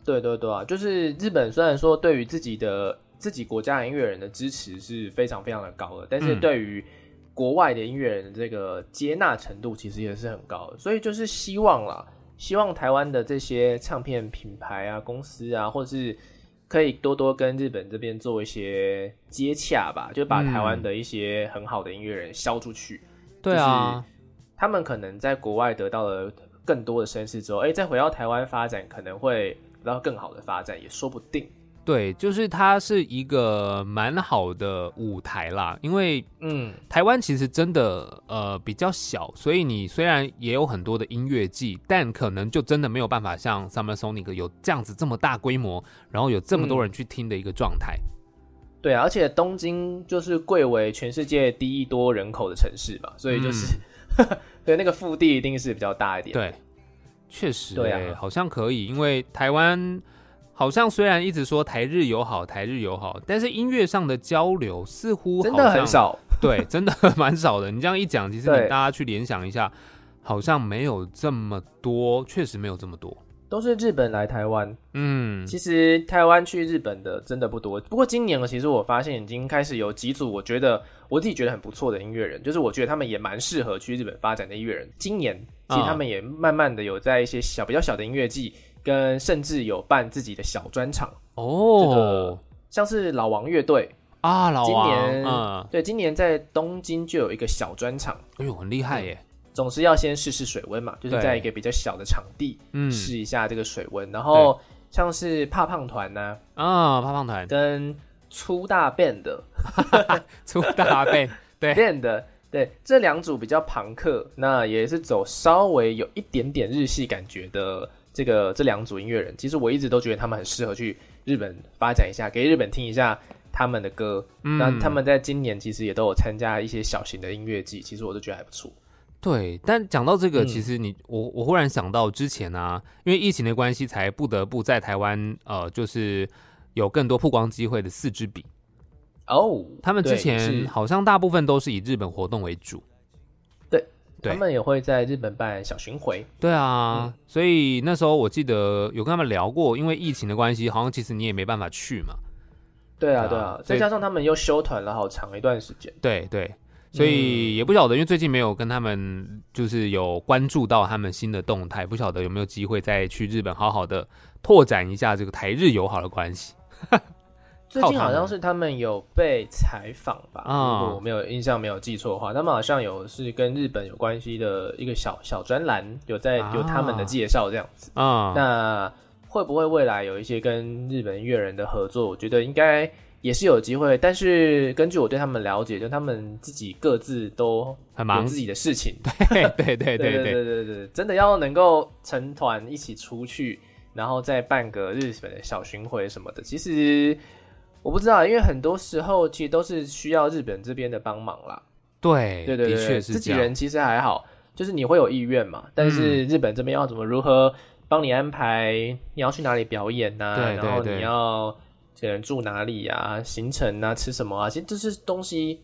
A: 对对对啊，就是日本虽然说对于自己的自己国家的音乐人的支持是非常非常的高的，但是
B: 嗯
A: 对于国外的音乐人的这个接纳程度其实也是很高的，所以就是希望啦，希望台湾的这些唱片品牌啊、公司啊，或是可以多多跟日本这边做一些接洽吧，就把台湾的一些很好的音乐人销出去。
B: 对啊，
A: 他们可能在国外得到了更多的声势之后，哎、再回到台湾发展，可能会得到更好的发展，也说不定。
B: 对，就是它是一个蛮好的舞台啦，因为
A: 嗯，
B: 台湾其实真的呃比较小，所以你虽然也有很多的音乐季，但可能就真的没有办法像 Summer Sonic 有这样子这么大规模，然后有这么多人去听的一个状态。
A: 对啊，而且东京就是贵为全世界第一多人口的城市嘛，所以就是、 *laughs* 对那个腹地一定是比较大一点。
B: 嗯对，确实、欸，
A: 对啊
B: 好像可以，因为台湾好像虽然一直说台日友好，台日友好，但是音乐上的交流似乎
A: 真的
B: 好像
A: 很，少。
B: 对，真的蛮少的。你这样一讲，其实你
A: 对
B: 大家去联想一下，好像没有这么多，确实没有这么多。
A: 都是日本来台湾。
B: 嗯，
A: 其实台湾去日本的真的不多，不过今年呢，其实我发现已经开始有几组我觉得我自己觉得很不错的音乐人，就是我觉得他们也蛮适合去日本发展的音乐人。今年其实他
B: 嗯
A: 们也慢慢的有在一些小比较小的音乐季，跟甚至有办自己的小专场，这
B: 哦
A: 个像是老王乐队，
B: 啊，老
A: 今
B: 王，
A: 年
B: 嗯，
A: 对，今年在东京就有一个小专场。
B: 哎呦，很厉害耶，
A: 总是要先试试水温嘛，就是
B: 对
A: 在一个比较小的场地
B: 嗯
A: 试一下这个水温，然后像是怕胖团呐、
B: 啊，胖胖团
A: 跟粗大 band 的
B: *laughs* 出大背，
A: *laughs*
B: 对，
A: band 的对这两组比较朋克，那也是走稍微有一点点日系感觉的这个这两组音乐人，其实我一直都觉得他们很适合去日本发展一下，给日本听一下他们的歌。
B: 嗯
A: 那他们在今年其实也都有参加一些小型的音乐季，其实我都觉得还不错。
B: *laughs* 对，但讲到这个，
A: 嗯
B: 其实你、我我忽然想到之前啊，因为疫情的关系，才不得不在台湾呃，就是有更多曝光机会的四支笔，
A: 哦，
B: 他们之
A: 对是
B: 前好像大部分都是以日本活动为主。对
A: 他们也会在日本办小巡回，
B: 对啊，所以那时候我记得有跟他们聊过，因为疫情的关系，好像其实你也没办法去嘛。
A: 对啊，
B: 对
A: 对
B: 啊
A: 啊，
B: 所
A: 再
B: 以
A: 加上他们又休团了好长一段时间，
B: 对对，所
A: 嗯
B: 以也不晓得，因为最近没有跟他们就是有关注到他们新的动态，不晓得有没有机会再去日本好好的拓展一下这个台日友好的关系。
A: 最近好像是他们有被采访吧，
B: 啊
A: 如果我没有印象没有记错的话，他们好像有是跟日本有关系的一个小小专栏，有在
B: 啊
A: 有他们的介绍这样子。
B: 啊、
A: 那会不会未来有一些跟日本音乐人的合作？我觉得应该也是有机会，但是根据我对他们了解，就他们自己各自都
B: 很
A: 有
B: 忙
A: 自，己的事情，
B: 对对
A: *laughs* 对对
B: 对对对，
A: 对对对，真的要能够成团一起出去，然后再办个日本的小巡回什么的，其实我不知道，因为很多时候其实都是需要日本这边的帮忙啦。
B: 对
A: 对对对，
B: 的确
A: 对
B: 是
A: 自己
B: 这样。嗯
A: 人其实还好，就是你会有意愿嘛，但是日本这边要怎么如何帮你安排你要去哪里表演呐、
B: 对对
A: 然后
B: 对
A: 你要可能住哪里啊，行程啊，吃什么啊，其实这些东西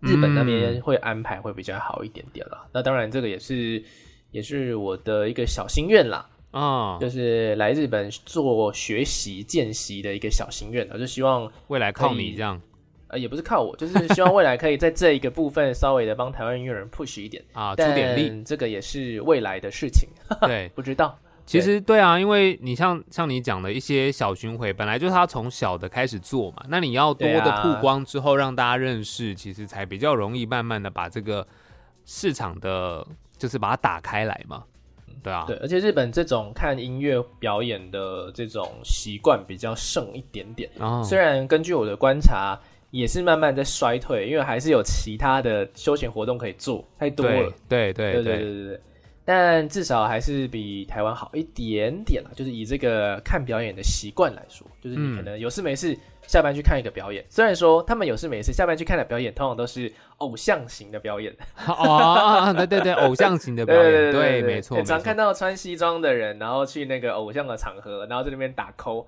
A: 日本那边
B: 嗯
A: 会安排会比较好一点点啦。那当然，这个也是也是我的一个小心愿啦，
B: 啊、
A: 就是来日本做学习见习的一个小心愿啊啦，就希望
B: 未来靠
A: 可
B: 你
A: 以
B: 这样
A: 呃也不是靠我，就是希望未来可以在这一个部分稍微的帮台湾音乐人 push 一点，
B: 啊，出
A: 但
B: 点力。
A: 这个也是未来的事情，
B: 对，
A: 不知道。
B: 其实对啊，因为你像像你讲的一些小巡回，本来就是他从小的开始做嘛，那你要多
A: 对
B: 的
A: 啊
B: 曝光之后，让大家认识，其实才比较容易慢慢的把这个市场的，就是把它打开来嘛。对啊，
A: 对，而且日本这种看音乐表演的这种习惯比较盛一点点，
B: 然后
A: 虽然根据我的观察，也是慢慢在衰退，因为还是有其他的休闲活动可以做，太多
B: 对
A: 了。
B: 对对
A: 对对对对。但至少还是比台湾好一点点啦，就是以这个看表演的习惯来说，就是你可
B: 嗯
A: 能有事没事下班去看一个表演。虽然说他们有事没事下班去看的表演，通常都是偶像型的表演，
B: *laughs* 哦，对对对，偶像型的表演，对，没错，
A: 很
B: 没
A: 常
B: 错
A: 看。到穿西装的人，然后去那个偶像的场合，然后在那边打
B: *laughs*
A: call，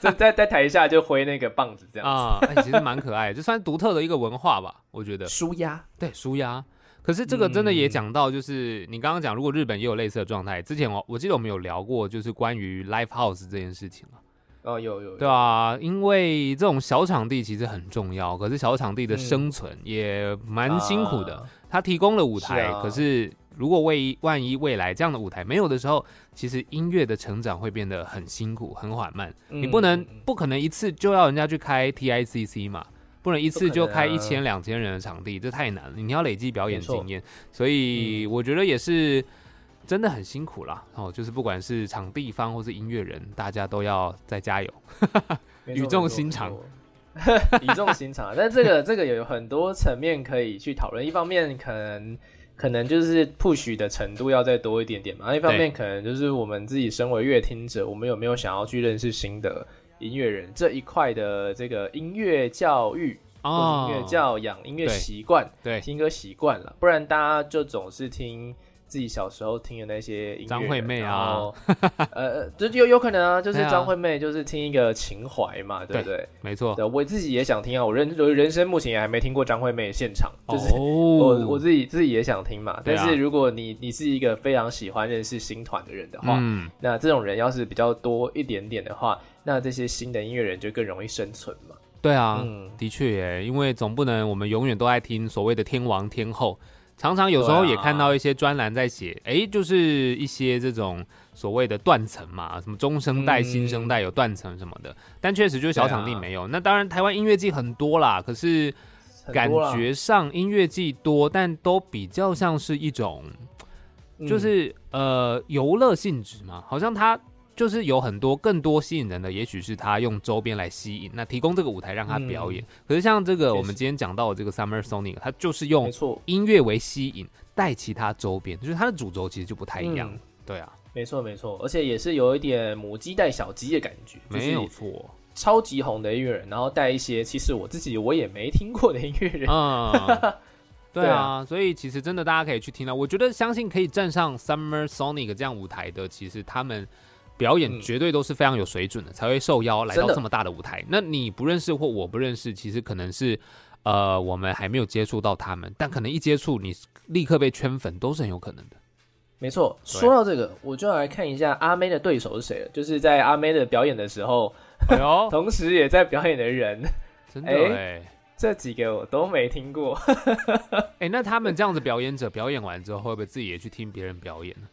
A: 在在在台下就挥那个棒子这样
B: 啊、哎其实蛮可爱的，这算独特的一个文化吧，我觉得
A: 子，。舒压。
B: 对，舒压。可是这个真的也
A: 嗯
B: 讲到，就是、你刚刚讲，如果日本也有类似的状态，之前我我记得我们有聊过，就是关于 live house 这件事情啊。
A: 哦，有有有
B: 对啊，因为这种小场地其实很重要，可是小场地的生存也蛮辛苦的。
A: 嗯啊
B: 它提供了舞台，
A: 是啊
B: 可是如果万一万一未来这样的舞台没有的时候，其实音乐的成长会变得很辛苦、很缓慢。你不能
A: 嗯
B: 不可能一次就要人家去开 TICC 嘛，不能一次就开
A: 不
B: 一
A: 可能啊
B: 千两千人的场地，这太难了。你要累积表演
A: 没错嗯
B: 经验，所以我觉得也是真的很辛苦啦。哦，就是不管是场地方或是音乐人，大家都要再加油。
A: 没错
B: 语重心长，
A: 没错 *laughs* 没错语重心长。但这个这个有很多层面可以去讨论，一方面可能。可能就是 push 的程度要再多一点点嘛，一方面可能就是我们自己身为乐听者，我们有没有想要去认识新的音乐人这一块的这个音乐教育、或
B: 哦
A: 者，音乐教养、音乐
B: 对
A: 习惯、
B: 对
A: 听歌习惯了，不然大家就总是听自己小时候听的那些音乐人
B: 张惠妹啊，
A: 然后
B: *laughs*
A: 呃，这有有可能啊，就是
B: 对啊
A: 张惠妹就是听一个情怀嘛，对不对？
B: 没错。
A: 对，我自己也想听啊，我人我人生目前也还没听过张惠妹的现场，就是。
B: 哦，
A: 我我自己自己也想听嘛，
B: 对
A: 但
B: 啊
A: 是如果你你是一个非常喜欢认识新团的人的话，
B: 嗯，
A: 那这种人要是比较多一点点的话，那这些新的音乐人就更容易生存嘛。
B: 对啊，
A: 嗯，
B: 的确耶，因为总不能我们永远都爱听所谓的天王天后，常常有时候
A: 对啊
B: 也看到一些专栏在写，诶，就是一些这种所谓的断层嘛，什么中生代、
A: 嗯
B: 新生代有断层什么的，但确实就是小场地
A: 对啊
B: 没有。那当然，台湾音乐季很多啦，可是
A: 很
B: 感
A: 多啦
B: 觉上音乐季多，但都比较像是一种就、
A: 嗯
B: 是、呃游乐性质嘛，好像它就是有很多更多吸引人的，也许是它用周边来吸引，那提供这个舞台让他表
A: 嗯
B: 演。可是像这个我们今天讲到的这个 Summer Sonic，它就是用
A: 没错，
B: 音乐为吸引，带其他周边，就是它的主轴其实就不太一样。
A: 嗯
B: 对啊，
A: 没错没错，而且也是有一点母鸡带小鸡的感觉，就是
B: 没有错。
A: 超级红的音乐人，然后带一些其实我自己我也没听过的音
B: *laughs*
A: 乐人。
B: 嗯，对
A: 对
B: 啊
A: 啊，
B: 所以其实真的大家可以去听到，我觉得相信可以站上 Summer Sonic 这样舞台的，其实他们表演
A: 嗯
B: 绝对都是非常有水准的，才会受邀来到
A: 真的
B: 这么大的舞台。那你不认识或我不认识，其实可能是呃我们还没有接触到他们，但可能一接触你立刻被圈粉都是很有可能的。
A: 没错，
B: 对
A: 说到这个，我就来看一下阿妹的对手是谁了。就是在阿妹的表演的时候，
B: 哎呦，
A: 同时也在表演的人，
B: 真的哎、
A: 哎
B: 欸
A: 这几个我都没听
B: *laughs*
A: 过。
B: 那他们这样子表演者表演完之后，会不会自己也去听别人表演呢？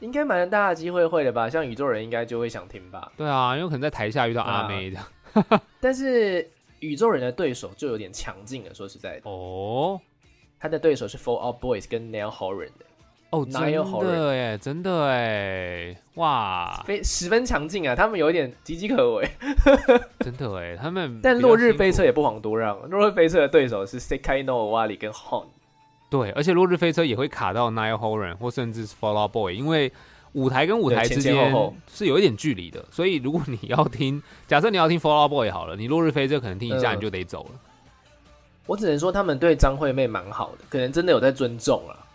A: 应该蛮大的机会会的吧？像宇宙人应该就会想听吧。
B: *laughs* 对啊，因为可能在台下遇到阿
A: 啊
B: 妹这样、
A: 但是宇宙人的对手就有点强劲了，说实在的，
B: 哦。
A: 他的对手是 Four Out Boys 跟 Neil Horan 的，
B: 哦，真
A: 哪有好人
B: 的哎，真的哎，哇，
A: 非十分强劲啊，他们有一点岌岌可危。
B: 真的哎，
A: *laughs*
B: 他们
A: 但
B: 比较
A: 落日
B: 辛苦
A: 飞车也不遑多让，落日飞车的对手是 Sekai No Wali 跟 Hon。
B: 对，而且落日飞车也会卡到 Nile Horan 或甚至是 Fall Out Boy，因为舞台跟舞台
A: 对
B: 之
A: 前前后
B: 间
A: 后
B: 是有一点距离的，所以如果你要听，假设你要听 Fall Out Boy 好了，你落日飞车可能听一下
A: 嗯
B: 你就得走了。
A: 我只能说他们对张惠妹蛮好的，可能真的有在尊重了。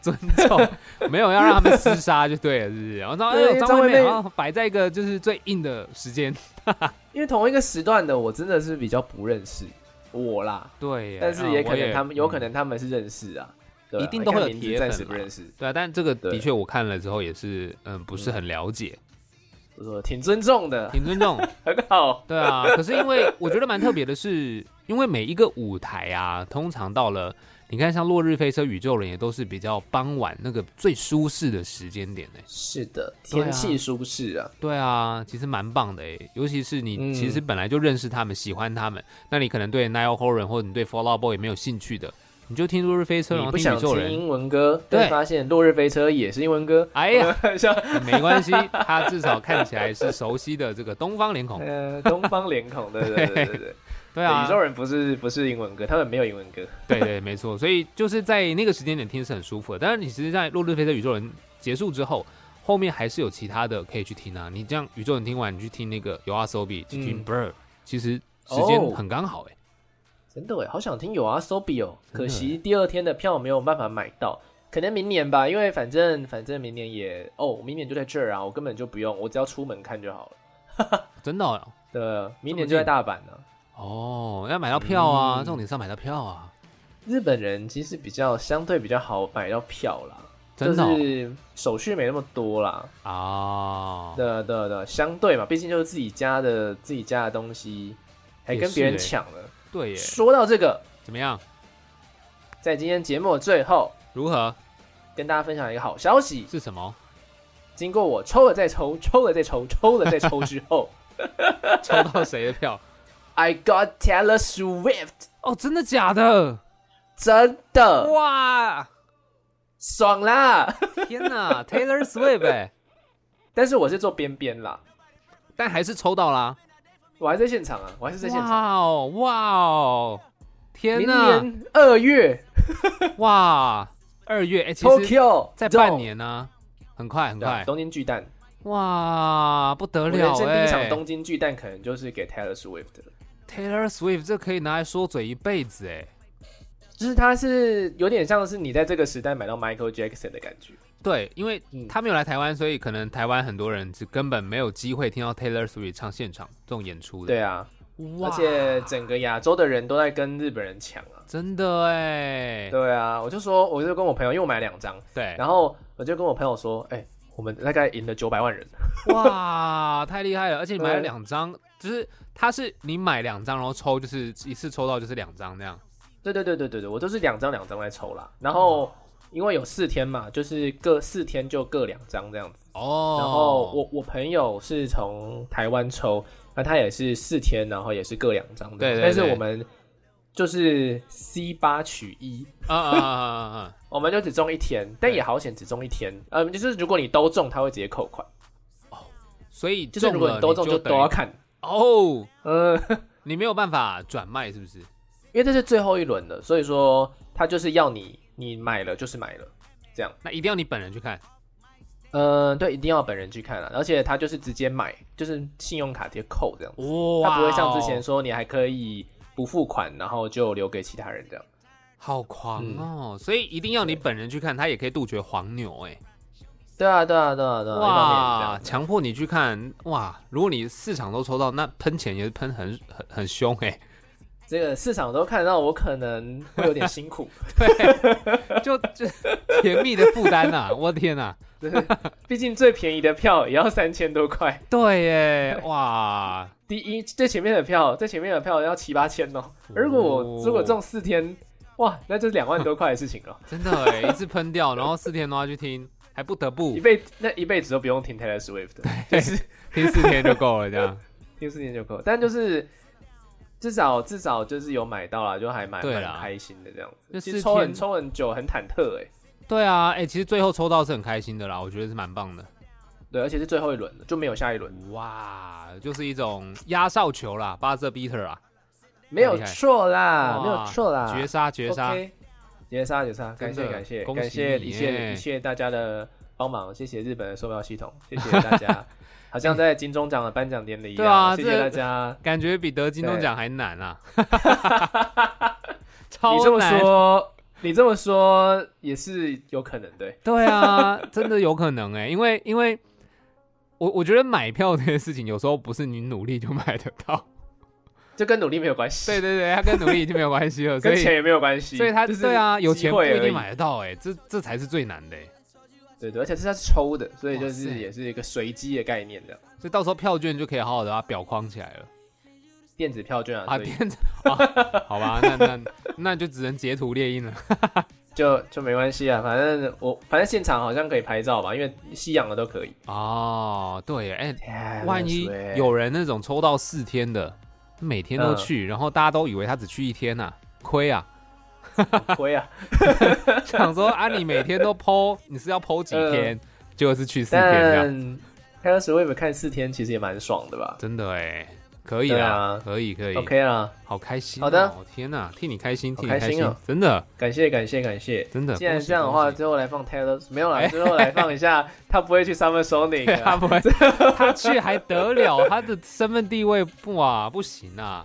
B: 尊重没有要让他们厮杀就对了，是不是？然后哎
A: 对
B: 呦，张
A: 张
B: 惠
A: 惠
B: 妹
A: 妹
B: 好像摆在一个就是最硬的时间，
A: 因为同一个时段的我真的是比较不认识我啦，
B: 对耶，
A: 但是
B: 嗯
A: 啊也
B: 我
A: 可能他们有
B: 嗯
A: 可能他们是认识啊，对啊
B: 一定都会有
A: 看名字
B: 铁粉
A: 暂时
B: 啦
A: 不认识，
B: 对啊，但这个的
A: 对
B: 确我看了之后也是，嗯，不是很了解，
A: 我说挺尊重
B: *laughs*
A: 的，
B: 挺尊重，
A: 很好。
B: 对啊，可是因为我觉得蛮特别的是，因为每一个舞台啊，通常到了你看像落日飞车、宇宙人也都是比较傍晚那个最舒适的时间点呢、
A: 是的，
B: 对啊
A: 天气舒适啊，
B: 对啊，其实蛮棒的哎、尤其是你
A: 嗯
B: 其实本来就认识他们、喜欢他们，那你可能对 Nile Horan 或者你对 Fallout Boy 也没有兴趣的，你就听落日飞车，然
A: 你
B: 后
A: 不
B: 听
A: 想
B: 宇宙
A: 听
B: 人。
A: 英文歌，
B: 对
A: 但发现《落日飞车》也是英文歌，
B: 哎呀，
A: *laughs* 像
B: 没关系，他至少看起来是熟悉的这个东方
A: *laughs*
B: 脸孔。
A: 呃东方脸孔，对对对对对对。
B: 对啊，
A: 宇宙人不是不是英文歌，他们没有英文歌。 *laughs*
B: 对对，没错，所以就是在那个时间点听是很舒服的。但是你其实，在《落日飞车宇宙人》结束之后，后面还是有其他的可以去听啊。你这样宇宙人听完，你去听那个 u r s o b i 去听
A: 嗯
B: Bird，、其实时间
A: 哦
B: 很刚好哎、
A: 真的哎，好想听有啊 Sobi 哦，
B: 真的
A: 可
B: 耶
A: 惜第二天的票没有办法买到，可能明年吧，因为反正反正明年也哦，明年就在这儿啊，我根本就不用，我只要出门看就好了。
B: 真的哦
A: 对，啊明年就在大阪呢、啊
B: 哦，要买到票啊，
A: 嗯
B: 重点是要买到票啊，
A: 日本人其实比较相对比较好买到票啦，
B: 真的哦、
A: 就是手续没那么多啦。
B: 啊，
A: 对啊对啊对啊，相对嘛，毕竟就是自己家的自己家的东西，还
B: 也
A: 跟
B: 是
A: 别人
B: 耶
A: 抢了。
B: 对耶，
A: 说到这个，
B: 怎么样？
A: 在今天节目的最后，
B: 如何？
A: 跟大家分享一个好消息。
B: 是什么？
A: 经过我抽了再抽，抽了再抽，抽了再抽之
B: *laughs*
A: 后
B: 抽到谁的票？ *laughs*
A: ，I got Taylor Swift，
B: 哦，真的假的？
A: 真的
B: 哇，
A: 爽啦！
B: 天哪，Taylor Swift，、欸、
A: 但是我是坐边边啦，
B: 但还是抽到啦。
A: 我还在现场啊，我还是在现场。
B: 哇哦，哇哦，天
A: 明
B: 哪，
A: 年二月
B: 哇，二月哎、其实
A: Tokyo
B: 在半年呢、很快很
A: 对啊
B: 快，
A: 东京巨蛋，
B: 哇，不得
A: 我
B: 了
A: 人生第
B: 哎、
A: 一场东京巨蛋可能就是给 Taylor Swift 的，
B: Taylor Swift 这可以拿来说嘴一辈子哎、
A: 就是他是有点像是你在这个时代买到 Michael Jackson 的感觉。
B: 对，因为
A: 嗯
B: 他没有来台湾，所以可能台湾很多人是根本没有机会听到 Taylor Swift 唱现场这种演出的。
A: 对啊，
B: 哇，
A: 而且整个亚洲的人都在跟日本人抢啊。
B: 真的哎、
A: 对啊，我就说，我就跟我朋友，因为我买两张，
B: 对，
A: 然后我就跟我朋友说，哎、我们大概赢了九百万人， *laughs*
B: 哇，太厉害了！而且你买了
A: 对
B: 两张，就是它是你买两张，然后抽就是一次抽到就是两张那样。
A: 对对对对对对，我都是两张两张来抽啦。然
B: 哦
A: 后因为有四天嘛，就是各四天就各两张这样子。
B: 哦，
A: 然后我我朋友是从台湾抽，那他也是四天，然后也是各两张的。
B: 对对对
A: 但是我们就是 C 八取一，
B: 啊啊啊啊啊啊！
A: 我们就只中一天，但也好险只中一天。呃，就是如果你都中，他会直接扣款。
B: 所以
A: 就是如果
B: 你
A: 你都中，就啊
B: 就
A: 都要
B: 等于
A: 看。
B: 哦，
A: 嗯，
B: 你没有办法转卖是不是？
A: 因为这是最后一轮了，所以说他就是要你，你买了就是买了。
B: 那一定要你本人去看。
A: 嗯，对，一定要本人去看啊了，而且他就是直接买，就是信用卡直接扣这样，
B: 哇，哦
A: 他不会像之前说你还可以不付款，然后就留给其他人这样。
B: 好狂哦！
A: 嗯
B: 所以一定要你本人去看，他也可以杜绝黄牛哎、
A: 对啊，对啊，对啊，对啊，一方面也是这
B: 哇，
A: 样
B: 强迫你去看哇！如果你四场都抽到，那喷钱也是喷很很很凶哎、
A: 这个市场都看得到，我可能会有点辛苦， *laughs*
B: *laughs* 就就甜蜜的负担呐！我
A: *laughs*
B: 的天呐、
A: 毕竟最便宜的票也要三千多块，
B: 对耶，哇，
A: 第一最前面的票，最前面的票要七八千哦。如果我如果中四天，哇，那就是两万多块的事情了，
B: 真的哎，一次喷掉，然后四天都要去听，还不得不
A: 一辈那一辈子都不用听 Taylor Swift *laughs* 的。
B: 听四天就够了，这
A: *laughs*
B: 样。
A: 听四天就够，但就是至少至少就是有买到啦，就还蛮
B: 对啦
A: 蛮开心的这样
B: 那
A: 子。其实
B: 四
A: 抽很
B: 天
A: 抽很久，很忐忑哎、
B: 对啊，哎、其实最后抽到是很开心的啦，我觉得是蛮棒的。
A: 对，而且是最后一轮了，就没有下一轮，
B: 哇，就是一种压哨球啦，巴瑟比特啊，
A: 没有错啦
B: 哇，
A: 没有错啦，
B: 绝杀绝杀
A: 啊 OK，绝杀绝杀，感
B: 真的
A: 谢感谢
B: 恭喜
A: 感谢
B: 你
A: 一切
B: 耶
A: 一切大家的帮忙，谢谢日本的售票系统，谢谢大
B: *laughs*
A: 家，好像在金钟奖的颁奖典礼一
B: 对啊
A: 样，谢谢
B: 这
A: 大家。
B: 感觉比得金钟
A: 对
B: 奖还
A: *laughs*
B: 难啊！
A: 你这
B: 超
A: 么
B: 难，
A: 说，你这么说也是有可能对，
B: 对啊，真的有可能哎、 *laughs* 因为因为我我觉得买票这件事情有时候不是你努力就买得到， *laughs*
A: 就跟努力没有关系。
B: 对对对，它跟努力已经没有关系了，所
A: *laughs* 跟
B: 以
A: 钱也没有关系，
B: 所以他
A: 就是
B: 对啊，有
A: 机
B: 钱不
A: 会
B: 一
A: 而已
B: 定，买得到哎、这这才是最难的、欸。
A: 对对，而且是他是抽的，所以就
B: 哇
A: 是
B: 塞
A: 也是一个随机的概念的
B: 所以到时候票券就可以好好的把它裱框起来
A: *laughs*
B: 了
A: 电子票券啊，
B: 啊，
A: 所以
B: 电子啊，好吧，那那那就只能截图猎鹰了。
A: 就就没关系啊，反正我反正现场好像可以拍照吧，因为吸氧的都可以。
B: 哦，对耶，哎、万一有人那种抽到四天的，每天都
A: 欸嗯
B: 去，然后大家都以为他只去一天呐、亏啊！
A: *laughs* 亏啊， *laughs*
B: 想说啊，你每天都剖，你是要剖几
A: 嗯
B: 天？结果是去四天这样，
A: 但开始 Wave 看四天其实也蛮爽的吧
B: 真的哎，可以
A: 对
B: 啦，
A: 啊
B: 可以可以
A: ？OK 啦，
B: 好开心、哦
A: 好的，
B: 天呐，替你开心，
A: 好
B: 替你
A: 开
B: 开
A: 心
B: 心，
A: 哦
B: 真的
A: 感谢感谢感谢。
B: 真的。
A: 既然
B: 恭喜
A: 这样的话，
B: 恭喜
A: 最后来放 Taylor 没有啦，
B: 哎
A: 最后来放一下，他不会去 Summer Sonic，啊
B: *laughs* 他不会，他去还得了？他的身份地位不啊，不行啊。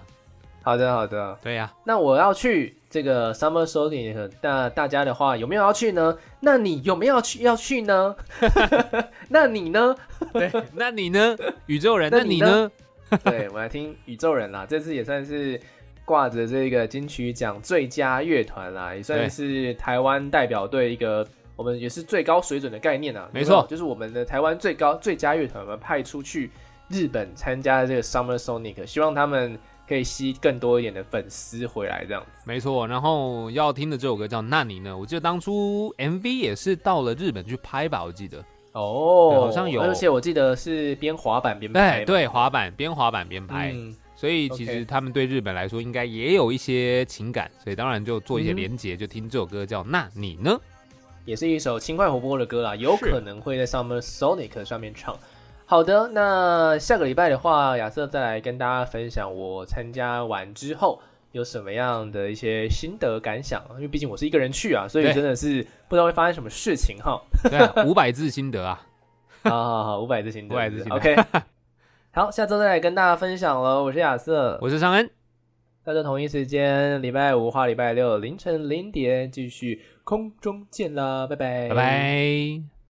A: 好的好的，
B: 对呀、
A: 那我要去这个 Summer Sonic，那大家的话有没有要去呢？那你有没有要去要去
B: *laughs*
A: 呢？ *laughs* 那你呢？
B: 那你呢，宇宙人？
A: 那
B: 那你
A: 你
B: 呢？
A: *laughs* 对我来听宇宙人啦，这次也算是挂着这个金曲奖最佳乐团啦，也算
B: 对
A: 是台湾代表队一个。我们也是最高水准的概念啊，
B: 没错
A: 就是我们的台湾最高最佳乐团，我们派出去日本参加这个 Summer Sonic，希望他们可以吸更多一点的粉丝回来这样子。
B: 没错，然后要听的这首歌叫《那你呢》，我记得当初 MV 也是到了日本去拍吧，我记得。
A: 哦
B: 对好像有
A: 而且我记得是边滑板边拍
B: 哎，
A: 嘛，
B: 对，滑板边滑板边拍，
A: 嗯，
B: 所以其实
A: OK
B: 他们对日本来说应该也有一些情感，所以当然就做一些
A: 嗯
B: 连结，就听这首歌叫《那你呢》。
A: 也是一首轻快活泼的歌啦，有
B: 是
A: 可能会在 Summer Sonic 上面唱。好的，那下个礼拜的话，亚瑟再来跟大家分享我参加完之后有什么样的一些心得感想，因为毕竟我是一个人去啊，所以
B: 对
A: 真的是不知道会发生什么事情 *laughs* 哈。
B: 对啊，五百字心得啊，
A: 好好好，五百字行动，
B: 500字行动
A: OK，好，下周再来跟大家分享了。我是亚瑟，
B: 我是尚恩，
A: 大家同一时间，礼拜五或礼拜六凌晨零点继续空中见啦，拜拜，
B: 拜拜。